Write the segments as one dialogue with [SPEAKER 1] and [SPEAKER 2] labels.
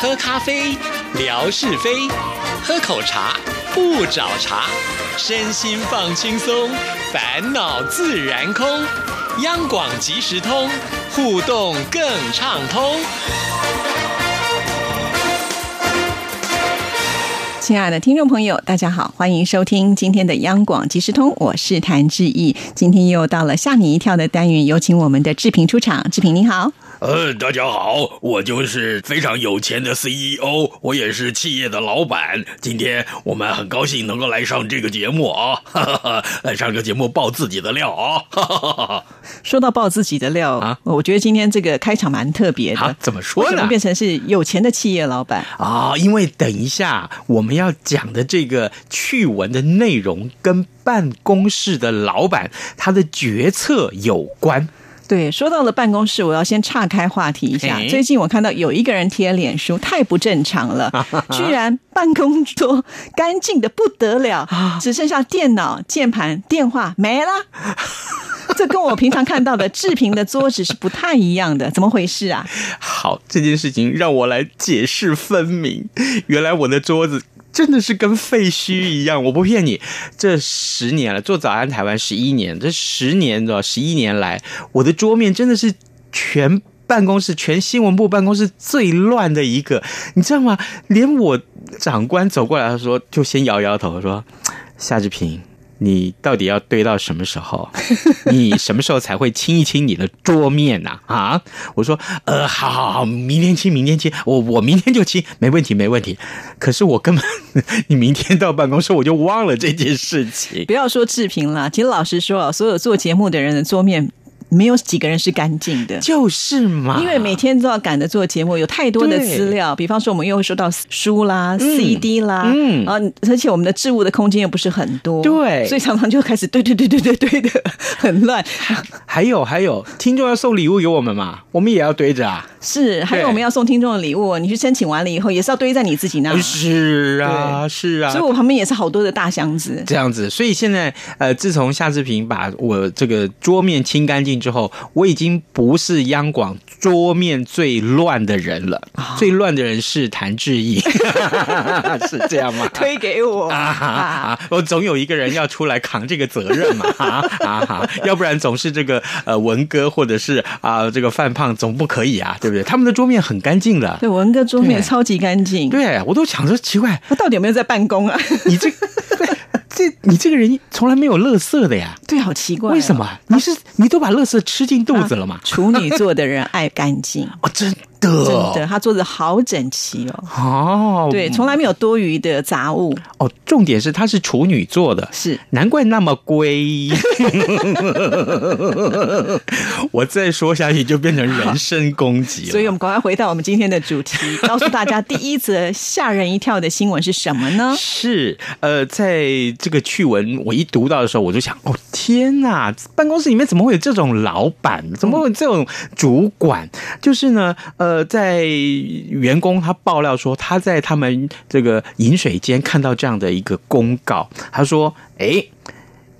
[SPEAKER 1] 喝咖啡，聊是非；喝口茶，不找茬。身心放轻松，烦恼自然空。央广即时通，互动更畅通。
[SPEAKER 2] 亲爱的听众朋友，大家好，欢迎收听今天的央广即时通，我是谭志毅。今天又到了吓你一跳的单元，有请我们的志平出场。志平你好，
[SPEAKER 3] 呃，大家好，我就是非常有钱的 CEO，我也是企业的老板。今天我们很高兴能够来上这个节目啊， 哈哈哈，来上这个节目爆自己的料啊， 哈哈哈哈。
[SPEAKER 2] 说到爆自己的料
[SPEAKER 3] 啊
[SPEAKER 2] 我觉得今天这个开场蛮特别的
[SPEAKER 3] 啊，怎么说呢
[SPEAKER 2] 为什么变成是有钱的企业老板？
[SPEAKER 3] 啊，因为等一下我们要讲的这个趣闻的内容跟办公室的老板他的决策有关。
[SPEAKER 2] 对，说到了办公室，我要先岔开话题一下。
[SPEAKER 3] 嘿
[SPEAKER 2] 最近我看到有一个人贴脸书，太不正常了，居然办公桌干净的不得了，只剩下电脑、键盘、电话没了。 这跟我平常看到的置评的桌子是不太一样的，怎么回事啊？
[SPEAKER 3] 好，这件事情让我来解释分明。原来我的桌子。真的是跟废墟一样，我不骗你。这十年了，做早安台湾十一年，这十年的十一年来，我的桌面真的是全办公室、全新闻部办公室最乱的一个，你知道吗？连我长官走过来，他说就先摇摇头说：“夏志平，你到底要堆到什么时候？ 你什么时候才会清一清你的桌面呐、啊？我说，呃，好好好，明天清，明天清，我我明天就清，没问题，没问题。可是我根本，你明天到办公室我就忘了这件事情。
[SPEAKER 2] 不要说置评了，其实老实说，啊所有做节目的人的桌面没有几个人是干净的。
[SPEAKER 3] 就是嘛，
[SPEAKER 2] 因为每天都要赶着做节目，有太多的资料，比方说我们又会收到书啦、CD 啦，嗯，
[SPEAKER 3] 嗯
[SPEAKER 2] 啊，而且我们的置物的空间又不是很多，
[SPEAKER 3] 对
[SPEAKER 2] 所以常常就开始对对对对对对的很 乱。
[SPEAKER 3] 还有还有，听众要送礼物给我们嘛，我们也要堆着啊。
[SPEAKER 2] 是，还有我们要送听众的礼物，你去申请完了以后，也是要堆在你自己那。
[SPEAKER 3] 哎是啊，是啊，
[SPEAKER 2] 所以我旁边也是好多的大箱子。
[SPEAKER 3] 这样子，所以现在呃，自从夏志平把我这个桌面清干净之后，我已经不是央广桌面最乱的人了。最乱的人是谭志毅，是这样吗？
[SPEAKER 2] 推给我
[SPEAKER 3] 啊哈啊！我总有一个人要出来扛这个责任嘛，啊啊哈！要不然总是这个呃文哥或者是啊、这个范胖总不可以啊，对不对？他们的桌面很干 净的，
[SPEAKER 2] 对，文哥桌面
[SPEAKER 3] 对
[SPEAKER 2] 超级干净，
[SPEAKER 3] 对我都想说奇怪，
[SPEAKER 2] 他到底有没有在办公啊？
[SPEAKER 3] 你这这你这个人从来没有乐色的呀。
[SPEAKER 2] 对，好奇怪哦、
[SPEAKER 3] 为什么？你是你都把垃圾吃进肚子了吗？
[SPEAKER 2] 处女座的人爱干 净？
[SPEAKER 3] 哦，真的，
[SPEAKER 2] 啊真的，他桌子好整齐哦。
[SPEAKER 3] 哦，
[SPEAKER 2] 对，从来没有多余的杂物。
[SPEAKER 3] 哦，重点是她是处女座的，
[SPEAKER 2] 是
[SPEAKER 3] 难怪那么 龟。我再说下去就变成人身攻击了。
[SPEAKER 2] 所以，我们赶快回到我们今天的主 题，告诉大家第一则吓人一跳的新闻是什么呢？
[SPEAKER 3] 是，呃，在这个趣闻我一读到的时候，我就想，哦天呐，办公室里面怎么会有这种老板？怎么会有这种主管？就是呢，呃，在员工他爆料说，他在他们这个饮水间看到这样的一个公告，他说，诶，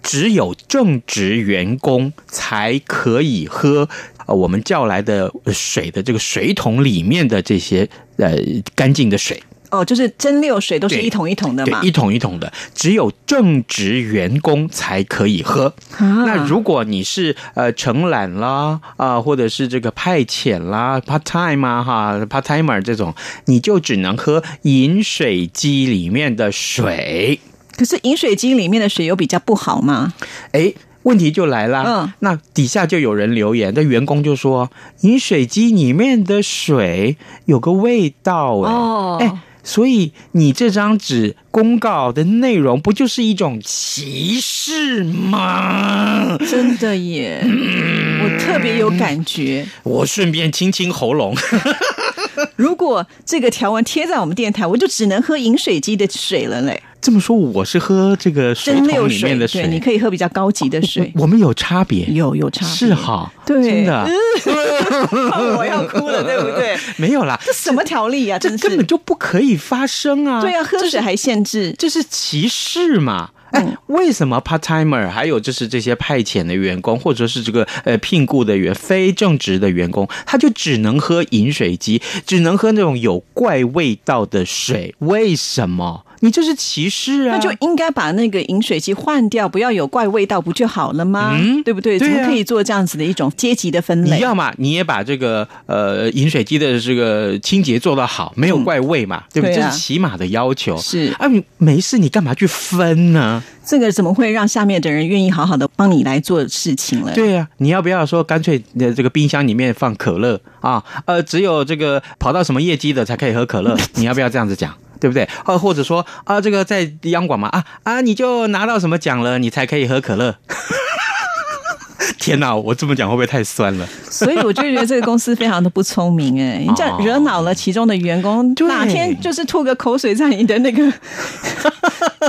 [SPEAKER 3] 只有正职员工才可以喝呃我们叫来的呃水的这个水桶里面的这些呃干净的水。
[SPEAKER 2] 哦，就是蒸馏水都是
[SPEAKER 3] 对
[SPEAKER 2] 一桶一桶的
[SPEAKER 3] 对
[SPEAKER 2] 嘛，。
[SPEAKER 3] 一桶一桶的，只有正职员工才可以喝。
[SPEAKER 2] 啊
[SPEAKER 3] 那如果你是呃承揽啦啊、或者是这个派遣啦、part time 啊哈 part timer 这种，你就只能喝饮水机里面的水。
[SPEAKER 2] 可是饮水机里面的水有比较不好吗？
[SPEAKER 3] 哎，问题就来啦。
[SPEAKER 2] 嗯
[SPEAKER 3] 那底下就有人留言，那员工就说饮水机里面的水有个味道、哎、
[SPEAKER 2] 哦
[SPEAKER 3] 哎。所以你这张纸公告的内容不就是一种歧视吗？
[SPEAKER 2] 真的耶，
[SPEAKER 3] 嗯
[SPEAKER 2] 我特别有感觉。
[SPEAKER 3] 我顺便清清喉咙。
[SPEAKER 2] 如果这个条文贴在我们电台，我就只能喝饮水机的水了嘞，
[SPEAKER 3] 这么说，我是喝这个水
[SPEAKER 2] 蒸馏
[SPEAKER 3] 桶里
[SPEAKER 2] 水
[SPEAKER 3] 面的
[SPEAKER 2] 对，你可以喝比较高级的水。
[SPEAKER 3] 我我们 有差别，
[SPEAKER 2] 有有差别
[SPEAKER 3] 是哈，
[SPEAKER 2] 对嗯
[SPEAKER 3] 真的、
[SPEAKER 2] 我要哭了，对不对？
[SPEAKER 3] 没有啦，
[SPEAKER 2] 这什么条例啊？
[SPEAKER 3] 这
[SPEAKER 2] 真是
[SPEAKER 3] 根本就不可以发生啊！
[SPEAKER 2] 对啊，喝水还限制。
[SPEAKER 3] 这是歧视嘛？
[SPEAKER 2] 嗯
[SPEAKER 3] 哎，为什么 part timer 还有就是这些派遣的员工，或者是这个呃聘雇的员非正职的员工，他就只能喝饮水机，只能喝那种有怪味道的水？为什么？你这是歧视啊！
[SPEAKER 2] 那就应该把那个饮水机换掉，不要有怪味道，不就好了吗？
[SPEAKER 3] 嗯
[SPEAKER 2] 对不对？
[SPEAKER 3] 对啊
[SPEAKER 2] 怎么可以做这样子的一种阶级的分
[SPEAKER 3] 你
[SPEAKER 2] 类？
[SPEAKER 3] 要嘛，你也把这个呃饮水机的这个清洁做得好，没有怪味嘛，对不
[SPEAKER 2] 嗯
[SPEAKER 3] 对？
[SPEAKER 2] 对啊
[SPEAKER 3] 这是起码的要求。
[SPEAKER 2] 是
[SPEAKER 3] 啊，你没事，你干嘛去分呢？
[SPEAKER 2] 这个怎么会让下面的人愿意好好的帮你来做事情了？
[SPEAKER 3] 对 呀、你要不要说干脆呃这个冰箱里面放可乐啊？呃，只有这个跑到什么业绩的才可以喝可乐，你要不要这样子讲？对不对？啊，或者说啊，这个在央广嘛啊啊，你就拿到什么奖了，你才可以喝可乐？ 天哪，我这么讲会不会太酸了？
[SPEAKER 2] 所以我就觉得这个公司非常的不聪明哎、
[SPEAKER 3] 哦
[SPEAKER 2] 你这样惹恼了其中的员工，
[SPEAKER 3] 对
[SPEAKER 2] 哪天就是吐个口水在你的 那个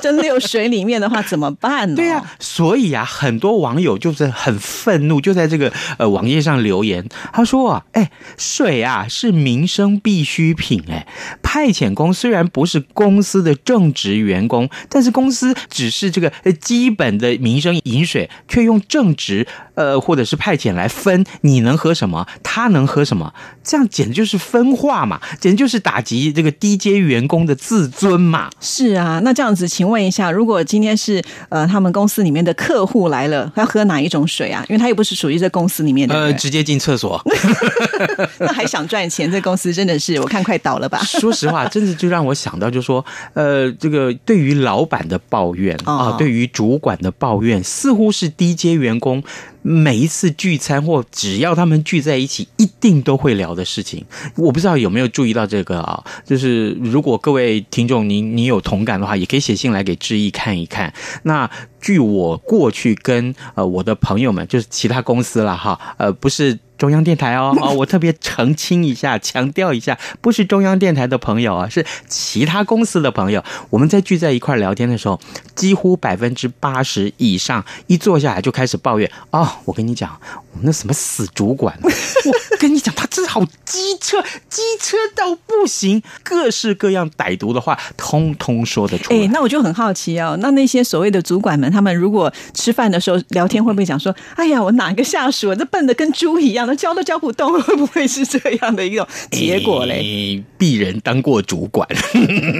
[SPEAKER 2] 蒸馏水里面的话，怎么办呢？
[SPEAKER 3] 对呀、所以啊，很多网友就是很愤怒，就在这个呃网页上留言，他说啊，哎，水啊是民生必需品，哎，派遣工虽然不是公司的正职员工，但是公司只是这个呃基本的民生饮水，却用正职呃或者是派遣来分你能喝什么，他能喝什么，这样简直就是分化嘛，简直就是打击这个低阶员工的自尊嘛。
[SPEAKER 2] 是啊，那这样子，请问一下，如果今天是呃他们公司里面的客户来了，要喝哪一种水啊？因为他又不是属于这公司里面的
[SPEAKER 3] 呃，
[SPEAKER 2] 人，
[SPEAKER 3] 直接进厕所。
[SPEAKER 2] 那还想赚钱，这公司真的是我看快倒了 吧？
[SPEAKER 3] 说实话，真的就让我想到，就说，呃，这个对于老板的抱怨
[SPEAKER 2] 哦
[SPEAKER 3] 啊、对于主管的抱怨，似乎是低阶员工每一次聚餐或只要他们聚在一起，一定都会聊的事情。我不知道有没有注意到这个啊、就是如果各位听众您您有同感的话，也可以写信来给志毅看一看。那据我过去跟呃我的朋友们，就是其他公司了哈，呃，不是中央电 台哦，哦，我特别澄清一下，强调一下，不是中央电台的朋友啊，是其他公司的朋友。我们在聚在一块儿聊天的时候，几乎百分之八十以上一坐下来就开始抱怨哦，我跟你讲，我们那什么死 主管啊、我跟你讲，他真的好机车，机车到不行，各式各样歹毒的话，通通说得出
[SPEAKER 2] 哎、
[SPEAKER 3] 来。
[SPEAKER 2] 那我就很好奇哦，那那些所谓的主管们，他们如果吃饭的时候聊天，会不会讲说：“哎呀，我哪个下属啊，这笨的跟猪一样，都教都教不动，会不会是这样的一 种结果嘞
[SPEAKER 3] 哎，鄙人当过主管。？”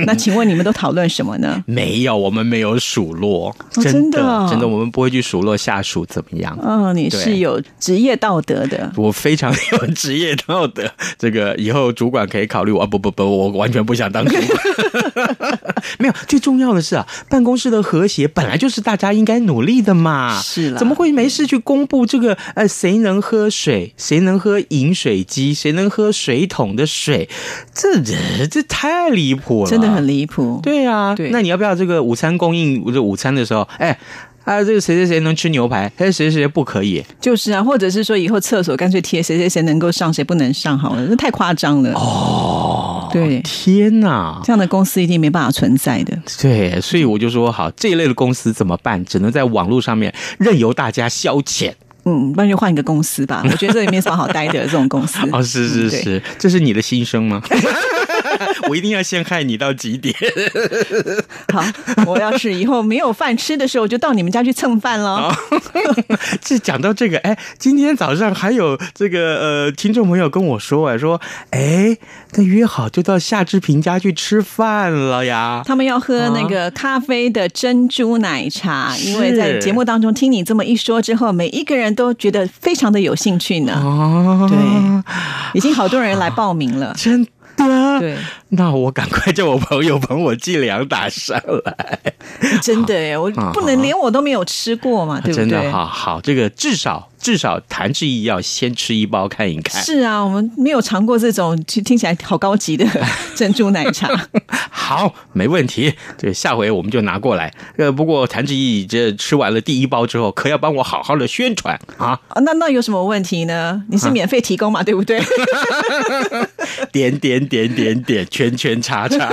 [SPEAKER 2] 那请问你们都讨论什么呢？
[SPEAKER 3] 没有，我们没有数落，
[SPEAKER 2] 真
[SPEAKER 3] 真
[SPEAKER 2] 的哦
[SPEAKER 3] 真的，我们不会去数落下属怎么样。
[SPEAKER 2] 嗯、你是
[SPEAKER 3] 对
[SPEAKER 2] 有职业道德的。
[SPEAKER 3] 我非常 有职业道德，这个以后主管可以考虑我啊！不不不，我完全不想当主管。 没有，最重要的是啊，办公室的和谐本来就是大家应该努力的嘛。
[SPEAKER 2] 是啦
[SPEAKER 3] 怎么会没事去公布这个？呃，谁能喝水？谁能喝饮水机？谁能喝水桶的水？这人这太离谱了，
[SPEAKER 2] 真的很离谱，
[SPEAKER 3] 对啊，
[SPEAKER 2] 对
[SPEAKER 3] 那你要不要这个午餐供应这午餐的时候，哎？啊，这个谁谁谁能吃牛排，哎，谁谁谁不可以？
[SPEAKER 2] 就是啊，或者是说以后厕所干脆贴谁谁谁能够上，谁不能上好了，这太夸张了。哦，对，
[SPEAKER 3] 天哪！
[SPEAKER 2] 这样的公司一定没办法存在的。
[SPEAKER 3] 对，所以我就说，好，这一类的公司怎么办？只能在网络上面任由大家消遣。
[SPEAKER 2] 嗯，不然就换一个公司 吧。我觉得这里没什么好待的，这种公司。
[SPEAKER 3] 哦，是是
[SPEAKER 2] 嗯对
[SPEAKER 3] 是，这是你的心声吗？ 我一定要陷害你到极点。
[SPEAKER 2] 好，我要是以后没有饭吃的时候，我就到你们家去蹭饭
[SPEAKER 3] 哦
[SPEAKER 2] 喽。
[SPEAKER 3] 这讲到这个，哎，今天早上还有这个呃听众朋友跟我说，哎，说，哎，那约好就到夏志平家去吃饭了呀。
[SPEAKER 2] 他们要喝那个咖啡的珍珠奶
[SPEAKER 3] 哦
[SPEAKER 2] 茶，因为在
[SPEAKER 3] 是
[SPEAKER 2] 节目当中听你这么一说之后，每一个人都觉得非常的有兴趣呢。
[SPEAKER 3] 哦，
[SPEAKER 2] 对，已经好多人来报名了。
[SPEAKER 3] 真的。
[SPEAKER 2] 对，
[SPEAKER 3] 那我赶快叫我朋友帮我寄两打上来，
[SPEAKER 2] 真的耶，我
[SPEAKER 3] 好
[SPEAKER 2] 不能连我都没有吃过嘛，对不对？
[SPEAKER 3] 嗯啊真的好好，这个至少至少谭志毅要先吃一包看一看。
[SPEAKER 2] 是啊，我们没有尝过这种其听起来好高级的 珍珠奶茶。
[SPEAKER 3] 好，没问题，这下回我们就拿过来。呃，不过谭志毅这吃完了第一包之后，可要帮我好好的宣传啊！
[SPEAKER 2] 哦那那有什么问题呢？你是免费提供 嘛，对不对？
[SPEAKER 3] 点点点点点，圈圈 叉叉。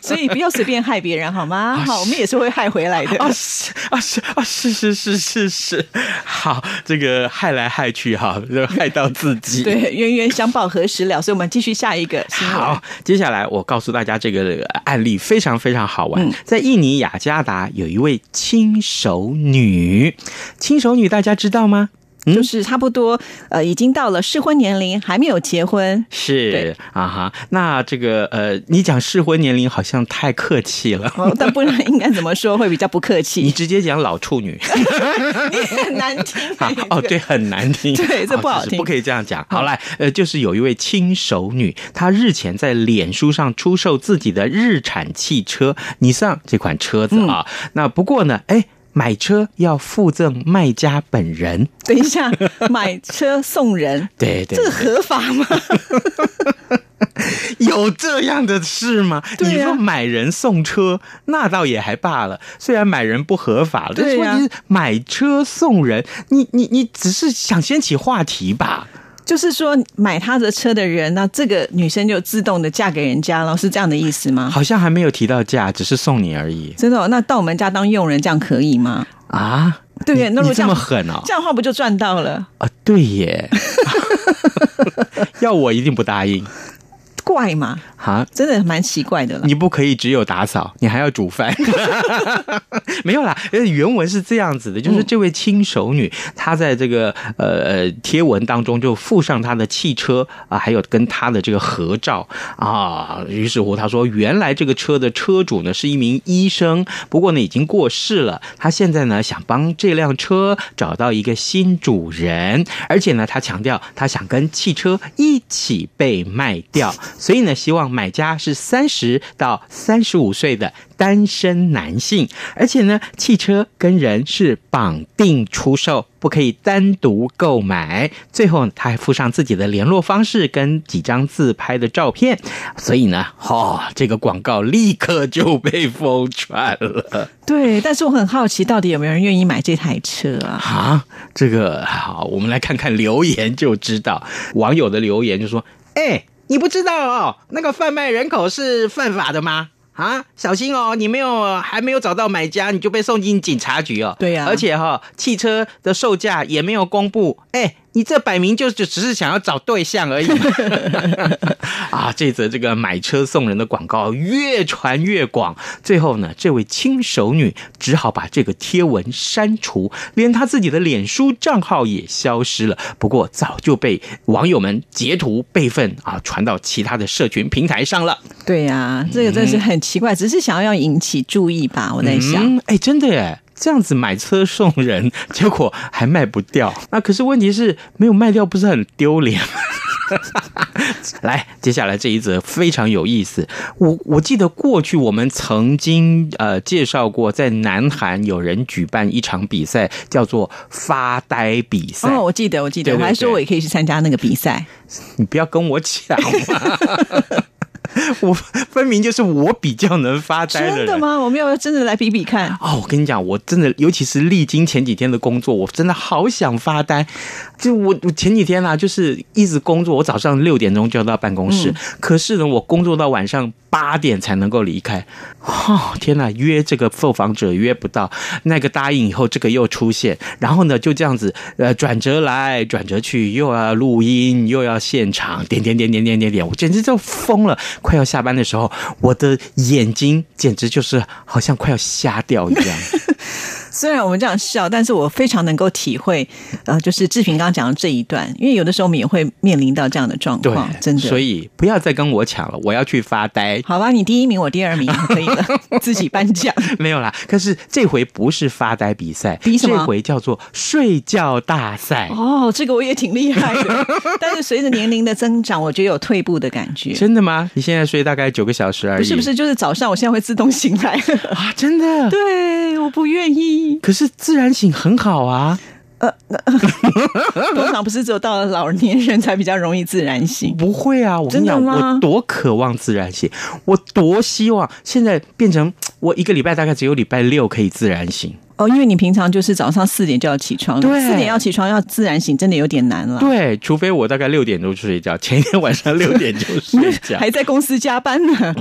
[SPEAKER 2] 所以不要随便害别人好吗？
[SPEAKER 3] 啊
[SPEAKER 2] 好，我们也是会害回来的。
[SPEAKER 3] 啊是啊是啊是是是是是，好，这这个害来害去哈，就害到自己。
[SPEAKER 2] 对，冤冤相报何时了？所以我们继续下一个新闻。
[SPEAKER 3] 好，接下来我告诉大家这个案例非常非常好玩。
[SPEAKER 2] 嗯
[SPEAKER 3] 在印尼雅加达有一位轻熟女，轻熟女大家知道吗？嗯
[SPEAKER 2] 就是差不多呃，已经到了适婚年龄，还没有结婚。
[SPEAKER 3] 是
[SPEAKER 2] 对
[SPEAKER 3] 啊哈，那这个呃，你讲适婚年龄好像太客气了，
[SPEAKER 2] 哦，但不然应该怎么说会比较不客
[SPEAKER 3] 你
[SPEAKER 2] 气？
[SPEAKER 3] 直接讲老处女。
[SPEAKER 2] 你很难听
[SPEAKER 3] 啊。哦，对，很难 听，
[SPEAKER 2] 对这不好
[SPEAKER 3] 就是
[SPEAKER 2] 听
[SPEAKER 3] 不可以这样讲。好来，呃，就是有一位轻熟女，她日前在脸书上出售自己的日产汽车尼桑这款车子啊，
[SPEAKER 2] 嗯
[SPEAKER 3] 那不过呢，哎。买车要附赠卖家本人，
[SPEAKER 2] 等一下，买车送人，
[SPEAKER 3] 对对
[SPEAKER 2] 这个合法 吗？
[SPEAKER 3] 有这样的事吗？
[SPEAKER 2] 对啊
[SPEAKER 3] 你说买人送车，那倒也还罢了，虽然买人不合法了，但是
[SPEAKER 2] 对啊
[SPEAKER 3] 问题是买车送人，你你你只是想掀起话题吧？
[SPEAKER 2] 就是说买他的车的人，那这个女生就自动的嫁给人家了，是这样的意思吗？
[SPEAKER 3] 好像还没有提到价，只是送你而已
[SPEAKER 2] 真的、哦？那到我们家当佣人，这样可以吗？
[SPEAKER 3] 啊。
[SPEAKER 2] 对不对？
[SPEAKER 3] 你
[SPEAKER 2] 那如
[SPEAKER 3] 你
[SPEAKER 2] 果这
[SPEAKER 3] 这
[SPEAKER 2] 样
[SPEAKER 3] 么狠哦
[SPEAKER 2] 这样的话不就赚到了？
[SPEAKER 3] 啊，对耶， 要我一定不答应
[SPEAKER 2] 怪嘛，
[SPEAKER 3] 啊！
[SPEAKER 2] 真的蛮奇怪的了。
[SPEAKER 3] 你不可以只有打扫，你还要 煮饭。没有啦，呃原文是这样子的，就是
[SPEAKER 2] 嗯
[SPEAKER 3] 这位轻熟女，她在这个呃呃贴文当中就附上她的汽车啊、还有跟她的这个合照啊。于是乎，她说，原来这个车的车主呢是一名医生，不过呢已经过世了。她现在呢想帮这辆车找到一个新主人，而且呢，她强调她想跟汽车一起被卖掉，所以呢，希望买家是三十到三十五岁的单身男性，而且呢，汽车跟人是绑定出售，不可以单独购买。最后，他还附上自己的联络方式跟几张自拍的照片，所以呢，哦，这个广告立刻就被疯传了
[SPEAKER 2] 对，但是我很好奇，到底有没有人愿意买这台车啊？
[SPEAKER 3] 啊！这个好，我们来看看留言就知道，网友的留言就说：“哎，你不知道哦，那个贩卖人口是犯法的吗？”啊，小心哦！你没有还没有找到买家，你就被送进警察局哦。
[SPEAKER 2] 对呀
[SPEAKER 3] 而且哈、汽车的售价也没有公布。哎，你这摆明就就只是想要找对象而已 嘛。啊，这则这个买车送人的广告越传越广，最后呢，这位轻熟女只好把这个贴文删除，连她自己的脸书账号也消失了。不过早就被网友们截图备份啊，传到其他的社群平台上了。
[SPEAKER 2] 对呀、这个真是很奇怪，只是想要引起注意吧，我在想。
[SPEAKER 3] 嗯，哎、真的耶。这样子买车送人，结果还卖不掉。那可是问题是没有卖掉，不是很丢脸吗？ 来，接下来这一则非常有意思。我我记得过去我们曾经呃介绍过，在南韩有人举办一场比赛，叫做发呆比赛。
[SPEAKER 2] 哦，我记得，我记得，
[SPEAKER 3] 对对
[SPEAKER 2] 我还说
[SPEAKER 3] 对
[SPEAKER 2] 我也可以去参加那个比赛。
[SPEAKER 3] 你不要跟我抢嘛！ 我分明就是我比较能发呆的
[SPEAKER 2] 真
[SPEAKER 3] 人。
[SPEAKER 2] 的吗？我们要真的来比比看。
[SPEAKER 3] 哦，我跟你讲，我真的，尤其是历经前几天的工作，我真的好想发呆。就我我前几天啊，就是一直工作，我早上六点钟就要到办公室，可是呢，我工作到晚上八点才能够离开。哦，天哪，约这个受访者约不到，那个答应以后，这个又出现，然后呢，就这样子，呃，转折来转折去，又要录音，又要现场，点点点点点点点，我简直就疯了。快要下班的时候，我的眼睛简直就是好像快要瞎掉一样。
[SPEAKER 2] 虽然我们这样笑，但是我非常能够体会，呃，就是志平刚刚讲的这一段，因为有的时候我们也会面临到这样的状
[SPEAKER 3] 对
[SPEAKER 2] 况，，真的。
[SPEAKER 3] 所以不要再跟我抢了，我要去发呆。
[SPEAKER 2] 好吧，你第一名，我第二名，可以了，自己颁 奖。
[SPEAKER 3] 没有啦，可是这回不是发呆比赛，
[SPEAKER 2] 比什么
[SPEAKER 3] 这回叫做睡觉大赛。
[SPEAKER 2] 哦，这个我也挺厉害的，但是随着年龄的增长，我觉得有退步的感觉。
[SPEAKER 3] 真的吗？你现在睡大概九个小时而已，
[SPEAKER 2] 不是不是，就是早上我现在会自动醒 来了。
[SPEAKER 3] 啊？真的。
[SPEAKER 2] 对，我不愿意。
[SPEAKER 3] 可是自然醒很好啊，
[SPEAKER 2] 通常不是只有到了老年人才比较容易自然醒。
[SPEAKER 3] 不会啊！我跟你讲，
[SPEAKER 2] 真的吗
[SPEAKER 3] 我多渴望自然醒，我多希望现在变成我一个礼拜大概只有礼拜六可以自然醒。
[SPEAKER 2] 哦，因为你平常就是早上四点就要起床了，
[SPEAKER 3] 对
[SPEAKER 2] 四点要起床要自然醒，真的有点难了。
[SPEAKER 3] 对，除非我大概六点钟睡觉，前一天晚上六点就睡觉。
[SPEAKER 2] 还在公司加班呢，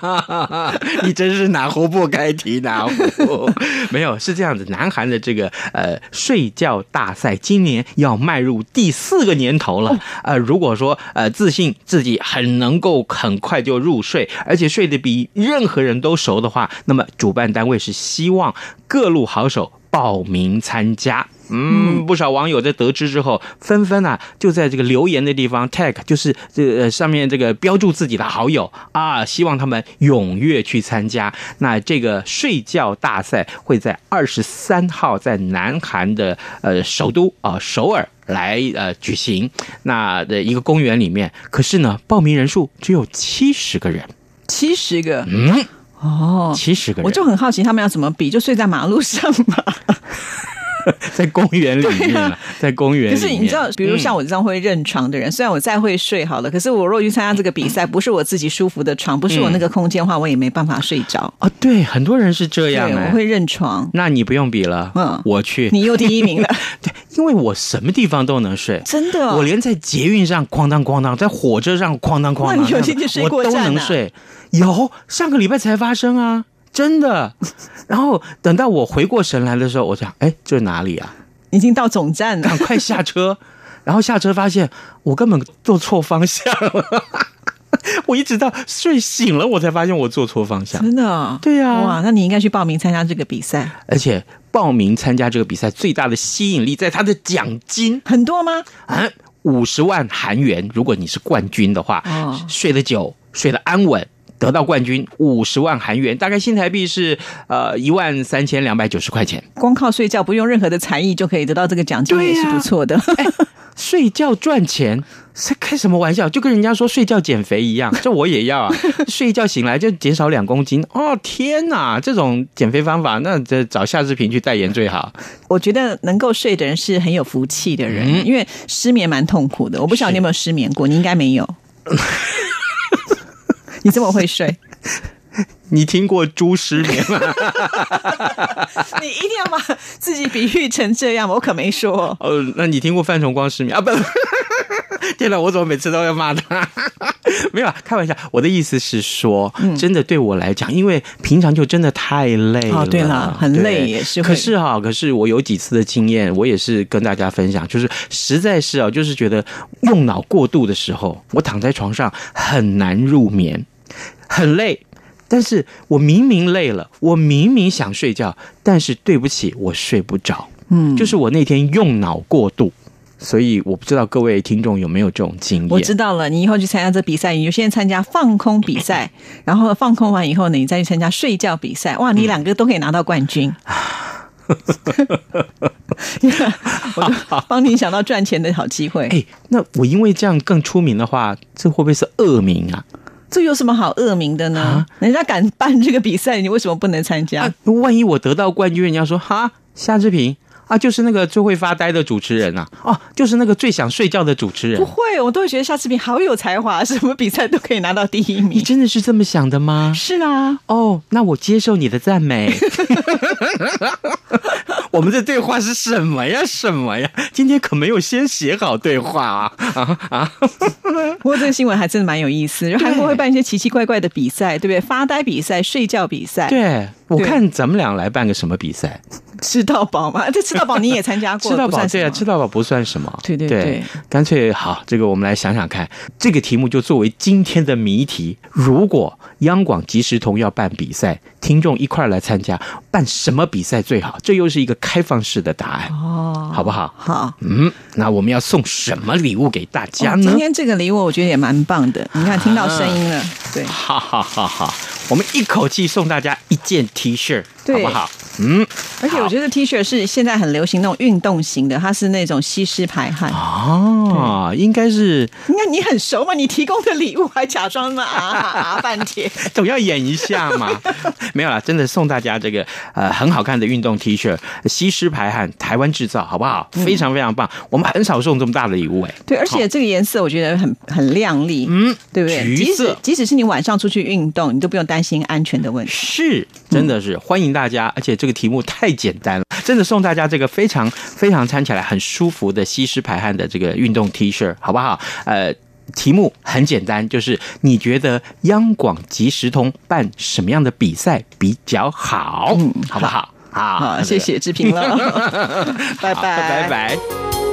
[SPEAKER 3] 你真是哪壶不开提哪壶。 没有，是这样子，南韩的这个呃睡觉大赛今年要迈入第四个年头了。呃，如果说呃自信自己很能够很快就入睡，而且睡得比任何人都熟的话，那么主办单位是希望各路好手报名参加。嗯，不少网友在得知之后，纷纷啊就在这个留言的地方 tag，就是这个、呃、上面这个标注自己的好友啊，希望他们踊跃去参加。那这个睡觉大赛会在二十三号在南韩的呃首都啊、首尔。来呃举行，那的一个公园里面，可是呢，报名人数只有七十个人，
[SPEAKER 2] 七十个
[SPEAKER 3] 嗯，
[SPEAKER 2] 哦，
[SPEAKER 3] 七十个人，
[SPEAKER 2] 我就很好奇他们要怎么比，就睡在马路上嘛。
[SPEAKER 3] 在公园里面了，在公园
[SPEAKER 2] 啊可
[SPEAKER 3] 里面。
[SPEAKER 2] 是你知道，比如
[SPEAKER 3] 嗯
[SPEAKER 2] 像我这样会认床的人，虽然我再会睡好了，可是我若去参加这个比赛，不是我自己舒服的床，不是我那个空间的话，我也没办法睡着。
[SPEAKER 3] 啊，对，很多人是这
[SPEAKER 2] 对，
[SPEAKER 3] 样、哎
[SPEAKER 2] 我会认床。
[SPEAKER 3] 那你不用比了，
[SPEAKER 2] 嗯
[SPEAKER 3] 我去，
[SPEAKER 2] 你又第一 名了，
[SPEAKER 3] 对，因为我什么地方都能睡，
[SPEAKER 2] 真的哦、
[SPEAKER 3] 我连在捷运上哐当哐当，在火车上哐当哐
[SPEAKER 2] 哇
[SPEAKER 3] 当，
[SPEAKER 2] 你有
[SPEAKER 3] 这样
[SPEAKER 2] 进去
[SPEAKER 3] 子
[SPEAKER 2] 睡
[SPEAKER 3] 我
[SPEAKER 2] 过
[SPEAKER 3] 都
[SPEAKER 2] 站
[SPEAKER 3] 能
[SPEAKER 2] 啊
[SPEAKER 3] 睡。有上个礼拜才发生啊，真 的。然后等到我回过神来的时候，我想，哎，这哪里啊？
[SPEAKER 2] 已经到总站了
[SPEAKER 3] 赶。快下 车。然后下车发现我根本坐错方向了， 我一直到睡醒了，我才发现我坐错方向。
[SPEAKER 2] 真的、哦，
[SPEAKER 3] 对啊
[SPEAKER 2] 哇，那你应该去报名参加这个比赛，
[SPEAKER 3] 而且报名参加这个比赛最大的吸引力在它的奖金
[SPEAKER 2] 很多吗？
[SPEAKER 3] 啊，五十万韩元。如果你是冠军的话，
[SPEAKER 2] 哦
[SPEAKER 3] 睡得久，睡得安稳。得到冠军五十万韩元，大概新台币是呃一万三千两百九十块钱。
[SPEAKER 2] 光靠睡觉不用任何的才艺就可以得到这个奖金，
[SPEAKER 3] 对
[SPEAKER 2] 也
[SPEAKER 3] 呀
[SPEAKER 2] 是不错的。
[SPEAKER 3] 睡觉赚钱，是开什么玩笑？就跟人家说睡觉减肥一样，这我也要啊！睡一觉醒来就减少两公斤，哦天哪！这种减肥方法，那这找夏志平去代言最好。
[SPEAKER 2] 我觉得能够睡的人是很有福气的人，因为失眠蛮痛苦的。我不晓得你有没有失眠过，你应该没有。你这么会睡，
[SPEAKER 3] 你听过猪失眠吗？
[SPEAKER 2] 你一定要把自己比喻成这样吗？我可没说。
[SPEAKER 3] 哦，那你听过范崇光失眠啊？不， 天哪，我怎么每次都要骂他？ 没有啊，开玩笑。我的意思是说，
[SPEAKER 2] 嗯
[SPEAKER 3] 真的对我来讲，因为平常就真的太累了。
[SPEAKER 2] 哦对啦很
[SPEAKER 3] 对
[SPEAKER 2] 累也是会
[SPEAKER 3] 可是哈、可是我有几次的经验，我也是跟大家分享，就是实在是啊，就是觉得用脑过度的时候，我躺在床上很难入眠，很累。但是我明明累了，我明明想睡觉，但是对不起，我睡不着。
[SPEAKER 2] 嗯，
[SPEAKER 3] 就是我那天用脑过度，所以我不知道各位听众有没有这种经验。
[SPEAKER 2] 我知道了，你以后去参加这比赛，你就先参加放空比赛，然后放空完以后呢，你再去参加睡觉比赛。哇，你两个都可以拿到冠军。 我就帮你想到赚钱的好机会。
[SPEAKER 3] 哎，那我因为这样更出名的话，这会不会是恶名啊？
[SPEAKER 2] 这有什么好恶名的呢？人家敢办这个比赛，你为什么不能参加？
[SPEAKER 3] 啊，万一我得到冠军，人家说哈夏志平啊，就是那个最会发呆的主持人啊，哦、就是那个最想睡觉的主持
[SPEAKER 2] 不
[SPEAKER 3] 人。
[SPEAKER 2] 会，我都会觉得夏志平好有才华，什么比赛都可以拿到第一
[SPEAKER 3] 你
[SPEAKER 2] 名。
[SPEAKER 3] 真的是这么想的吗？
[SPEAKER 2] 是啊，
[SPEAKER 3] 哦，那我接受你的 赞美。我们的对话是什么呀？什么呀？今天可没有先写好对话啊！啊啊！
[SPEAKER 2] 不过这个新闻还真的蛮有意思，就韩国会办一些奇奇怪怪的比赛，对不对？发呆比赛、睡觉比赛，
[SPEAKER 3] 对，我
[SPEAKER 2] 对
[SPEAKER 3] 看咱们俩来办个什么比赛？
[SPEAKER 2] 吃到饱嘛， 这吃到饱你也参加过，
[SPEAKER 3] 吃到
[SPEAKER 2] 不
[SPEAKER 3] 饱，
[SPEAKER 2] 算什
[SPEAKER 3] 对啊，
[SPEAKER 2] 么
[SPEAKER 3] 吃到饱不算什么。
[SPEAKER 2] 对对对
[SPEAKER 3] 干脆好，这个我们来想想看，这个题目就作为今天的谜题。如果央广即时通要办比赛，听众一块儿来参加，办什么比赛最好？这又是一个开放式的答案，
[SPEAKER 2] 哦，
[SPEAKER 3] 好不好？
[SPEAKER 2] 好。
[SPEAKER 3] 嗯，那我们要送什么礼物给大家
[SPEAKER 2] 哦
[SPEAKER 3] 呢啊
[SPEAKER 2] 今？天这个礼物我觉得也蛮棒的，你看听到声音了，对，
[SPEAKER 3] 哈哈哈哈！我们一口气送大家一件 T 恤，
[SPEAKER 2] 对
[SPEAKER 3] 好不好？嗯，
[SPEAKER 2] 而且我觉得 T 恤是现在很流行那种运动型的，它是那种吸湿排
[SPEAKER 3] 哦
[SPEAKER 2] 汗。
[SPEAKER 3] 啊，应该是
[SPEAKER 2] 你看你很熟嘛，你提供的礼物还假装嘛啊啊啊半天。
[SPEAKER 3] 总要演一下嘛。没有啦，真的送大家这个呃很好看的运动 T 恤，吸湿排汗，台湾制造，好不好？
[SPEAKER 2] 嗯
[SPEAKER 3] 非常非常棒，我们很少送这么大的礼物哎、
[SPEAKER 2] 对，而且这个颜色我觉得很很亮丽，
[SPEAKER 3] 嗯，
[SPEAKER 2] 对不对？
[SPEAKER 3] 橘
[SPEAKER 2] 即
[SPEAKER 3] 色
[SPEAKER 2] 使即使是你晚上出去运动，你都不用担心安全的问题。
[SPEAKER 3] 是，真的是、欢迎大家，而且这个题目太简单了，真的送大家这个非常非常穿起来很舒服的吸湿排汗的这个运动 T 恤，好不好？呃。题目很简单，就是你觉得央广即时通办什么样的比赛比较
[SPEAKER 2] 嗯
[SPEAKER 3] 好，好不好？好，
[SPEAKER 2] 好，谢谢志平了，拜拜，
[SPEAKER 3] 拜拜。